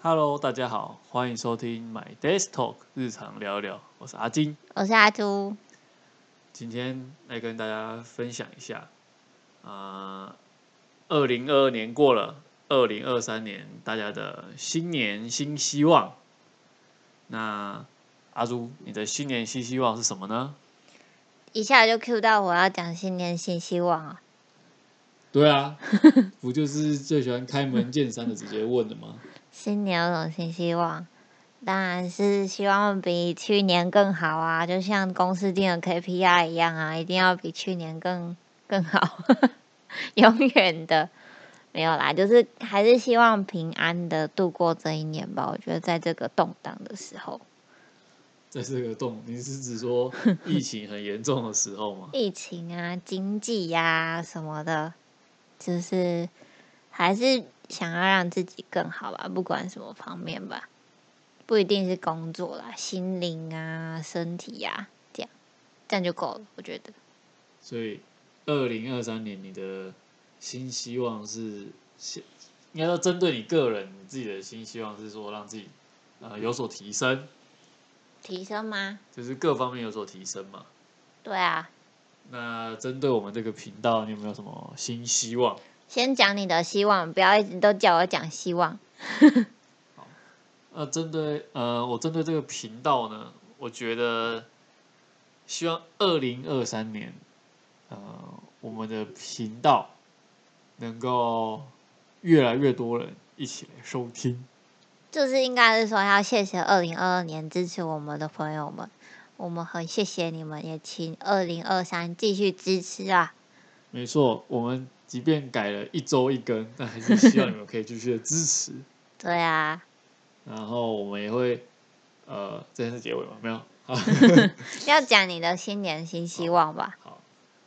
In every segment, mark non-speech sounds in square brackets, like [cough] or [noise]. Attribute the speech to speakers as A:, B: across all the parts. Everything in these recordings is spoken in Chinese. A: Hello，大家好，欢迎收听 My Desk Talk 日常聊聊，我是阿金，
B: 我是阿朱。
A: 今天来跟大家分享一下，啊、2二零二二年过了，二零二三年大家的新年新希望。那阿朱，你的新年新希望是什么呢？
B: 一下就 Q 到我要讲新年新希望啊！
A: 对啊， [laughs] 不就是最喜欢开门见山的直接问的吗？
B: 新年有种新希望，当然是希望比去年更好啊！就像公司定的 KPI 一样啊，一定要比去年更 [laughs] 更好，永远的没有啦，就是还是希望平安的度过这一年吧。我觉得在这个动荡的时候，
A: 在这个洞，你是指说疫情很严重的时候吗？
B: 疫情啊、经济呀、什么的，就是还是想要让自己更好吧，不管什么方面吧，不一定是工作啦，心灵啊、身体呀、这样这样就够了，我觉得。
A: 所以，二零二三年你的新希望是，先应该说针对你个人你自己的新希望是说让自己呃有所提升，
B: 提升吗？
A: 就是各方面有所提升嘛。
B: 对啊，
A: 那针对我们这个频道，你有没有什么新希望？
B: 先讲你的希望，不要一直都叫我讲希望。
A: 那针对呃，我针对这个频道呢，我觉得希望二零二三年，呃，我们的频道能够越来越多人一起来收听。
B: 就是应该是说要谢谢二零二二年支持我们的朋友们，我们很谢谢你们，也请二零二三继续支持啊！
A: 没错，我们即便改了一周一更， [laughs] 但还是希望你们可以继续的支持。 [laughs]
B: 对啊，
A: 然后我们也会，呃，这是结尾吗？没有。好
B: 要讲你的新年新希望吧。
A: 好，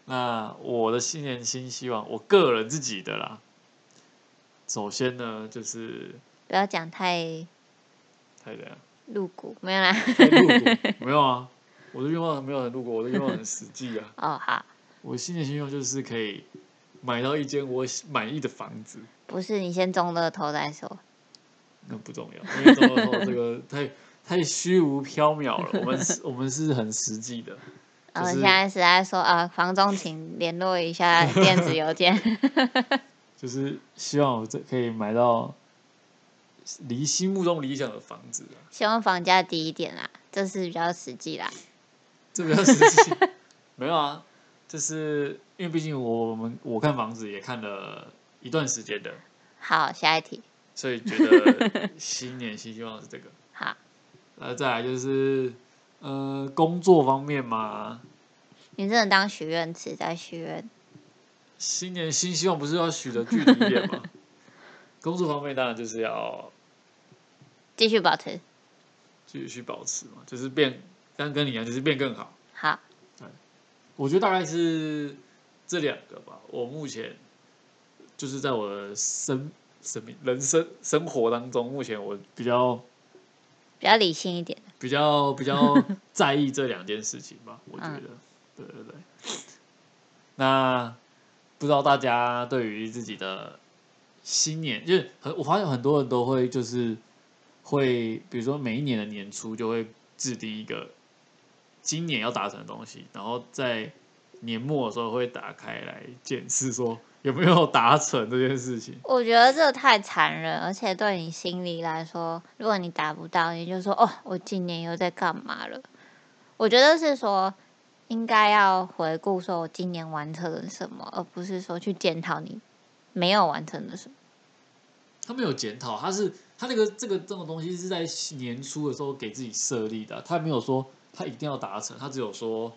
A: 那我的新年新希望，我个人自己的啦。首先呢，就是
B: 不要讲太
A: 太怎样，
B: 露骨，没有
A: [laughs]
B: 啦。
A: 太露骨没有啊，我的愿望没有很露骨，我的愿望很实际啊。 [laughs]
B: 哦，好，
A: 我新年新希望就是可以买到一间我喜满意的房子。
B: 不是你先中乐透再说。
A: 那不重要，因为中乐透这个太太虚无缥缈了。我们是我们是很实际的，
B: 我
A: 就
B: 们
A: 是
B: 现在是在说啊，房中请联络一下电子邮件。
A: [laughs] 就是希望我这可以买到离心目中理想的房子啊，
B: 希望房价低一点啦，这是比较实际啦。
A: 这比较实际。 [laughs] 没有啊，就是因为毕竟我我们我看房子也看了一段时间的，
B: 好，下一题。
A: 所以觉得新年新希望是这个。
B: 好，
A: 那再来就是呃工作方面嘛，
B: 你真的当许愿池在许愿。
A: 新年新希望不是要许的具体一点吗？工作方面当然就是要
B: 继续保持。
A: 继续保持嘛，就是变，但跟你一样就是变更好。
B: 好，
A: 我觉得大概是这两个吧。我目前就是在我的生生命、人生、生活当中，目前我比较、
B: 比较理性一点。
A: 比较、比较在意这两件事情吧。我觉得，对对对。那不知道大家对于自己的新年，就是很我发现很多人都会就是会，比如说每一年的年初就会制定一个今年要达成的东西，然后在年末的时候会打开来检视说有没有达成这件事情。
B: 我觉得这太残忍，而且对你心里来说，如果你达不到，你就说哦，我今年又在干嘛了？我觉得是说，应该要回顾说我今年完成了什么，而不是说去检讨你没有完成的什么。
A: 他没有检讨，他是他那个这个这种东西是在年初的时候给自己设立的，啊他没有说他一定要达成，他只有说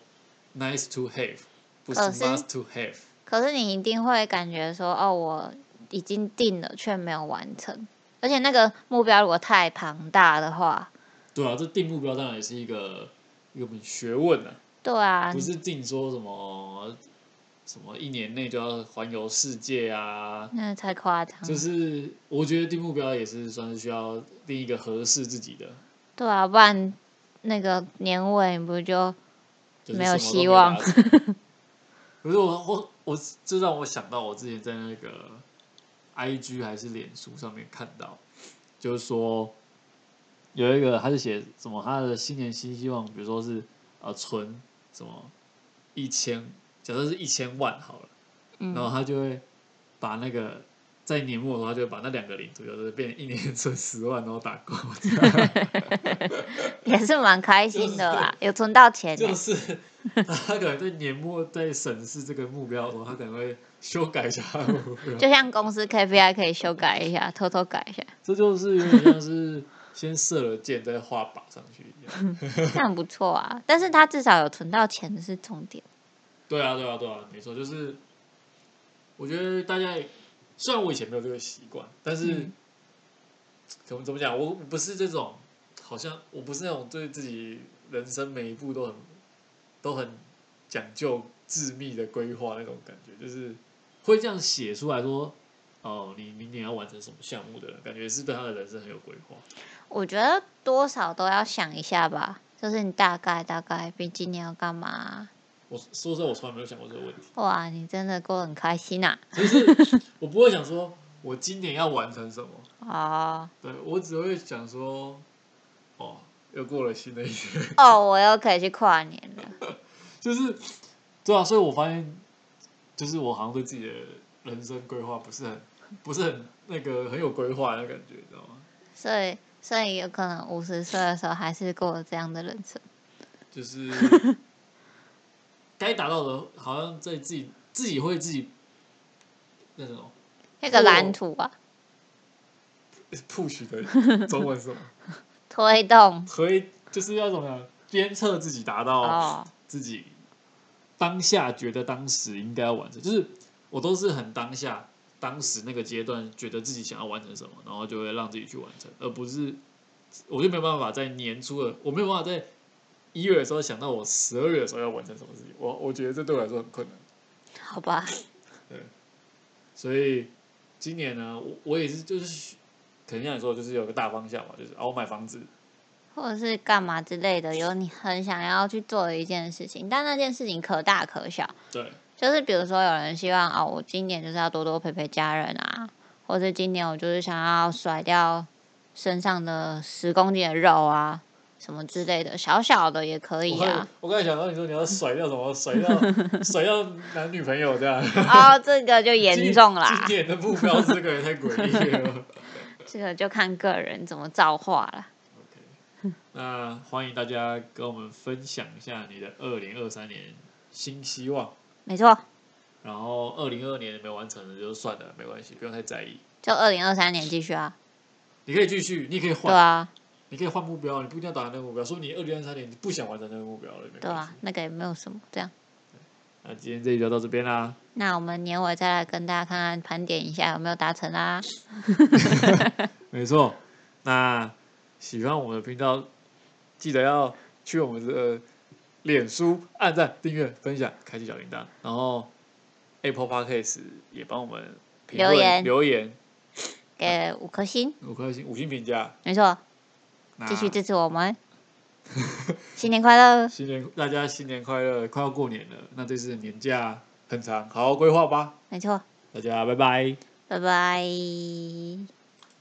A: nice to have，不是
B: 可呃是
A: must to have。
B: 可是你一定会感觉说，哦，我已经定了却没有完成，而且那个目标如果太庞大的话，
A: 对啊，这定目标当然也是一个一个学问啊，
B: 对啊
A: 不，是定说什么什么一年内就要环游世界啊，
B: 那太夸张了。
A: 就是我觉得定目标也是算是需要定一个合适自己的，
B: 对啊，不然那个年尾你不就
A: 就是
B: 没有
A: 什么都
B: 希望
A: 达成。 [laughs] 可是我我我这让我想到我之前在那个 I G 还是脸书上面看到，就是说有一个他是写什么他的新年新希望，比如说是呃存什么一千，假设是一千万好了，
B: 嗯
A: 然后他就会把那个在年末的话，就会把那两个零除掉，就是变成一年存十万，然后打勾， [laughs] 这样
B: [laughs] 也是蛮开心
A: [laughs]
B: 的啦，有存到钱呢、
A: 就是他可能在年末在审视这个目标的时候，他可能会修改一下他的目
B: [laughs]
A: 标。
B: 就像公司 KPI 可以修改一下，偷偷改一下， [laughs]
A: 这就是有点像是先射了箭，再画靶上去一样。
B: 那很不错啊。但是他至少有存到钱是重点。
A: 对啊，对啊，对啊，没错，就是我觉得大家也虽然我以前没有这个习惯，但是、
B: 嗯
A: 怎么怎么讲，我不是这种好像我不是那种对自己人生每一步都很都很讲究致密的规划那种感觉，就是会这样写出来说。哦，你明年要完成什么项目的人，感觉是对他的人生很有规划。
B: 我觉得多少都要想一下吧，就是你大概大概，毕竟你要干嘛啊、
A: 我说实在，我从来没有想过这个问题。
B: 哇，你真的过得很开心啊呐、
A: 我不会想说我今年要完成什么，
B: 哦
A: 对我只会想说，哦，又过了新的一年， [laughs]
B: 哦，我又可以去跨年了。
A: 就是对啊，所以我发现，就是我好像对自己的人生规划不是很不是很那个很有规划的感觉，你知道吗？
B: 所以，所以有可能五十岁的时候还是过这样的人生。
A: 就是该达到的，好像在自己自己会自己那种
B: 那个
A: 哦
B: 蓝图啊吧，
A: push 的中文是 [laughs] 什么？
B: 推动
A: 推就是要怎么样鞭策自己达到
B: 哦，
A: 自己当下觉得当时应该要完成，就是我都是很当下，当时那个阶段觉得自己想要完成什么，然后就会让自己去完成，而不是我就没有办法在年初的，我没有办法在一月的时候想到我十二月的时候要完成什么事情，我我觉得这对我来说很困难，
B: 好吧，
A: 所以今年呢，我我也是就是。可能像你说，就是有个大方向嘛，就是啊，我买房子，
B: 或者是干嘛之类的，有你很想要去做的一件事情，但那件事情可大可小。
A: 对，
B: 就是比如说，有人希望哦，我今年就是要多多陪陪家人啊，或者今年我就是想要甩掉身上的十公斤的肉啊，什么之类的，小小的也可以
A: 我刚
B: 啊
A: 才。我刚才想到你说你要甩掉什么，甩掉甩掉男女朋友这样，
B: [laughs] 哦，这个就严重
A: 今
B: 啦，
A: 今年的目标是这个也太诡异
B: [laughs]
A: 了。
B: 这个就看个人怎么造化啦。
A: OK，那欢迎大家跟我们分享一下你的二零二三年新希望。
B: 没错，
A: 然后二零二年没完成的就算了，没关系，不用太在意。
B: 就二零二三年继续啊，
A: 你可以继续，你也可以
B: 对
A: 换，
B: 啊，
A: 你可以换目标，你不一定要达成那个目标。说不定你二零二三年你不想完成那个目标了，没
B: 对
A: 关
B: 啊
A: 系。，
B: 那个也没有什么这样。
A: 那今天这集就到这边啦。
B: 那我们年尾再来跟大家看看盘点一下有没有达成啊。
A: 没错，那喜欢我们的频道，记得要去我们的呃脸书按赞、订阅、分享、开启小铃铛，然后 Apple Podcast 也帮我们评论
B: 留言
A: 留言
B: 给五颗星，
A: 五颗星、五星评价。
B: 没错，
A: 那
B: 继续支持我们。新年快乐！
A: 新年，大家新年快乐！快要过年了，那这次年假很长，好好规划吧。
B: 没错，
A: 大家拜拜。
B: 拜拜。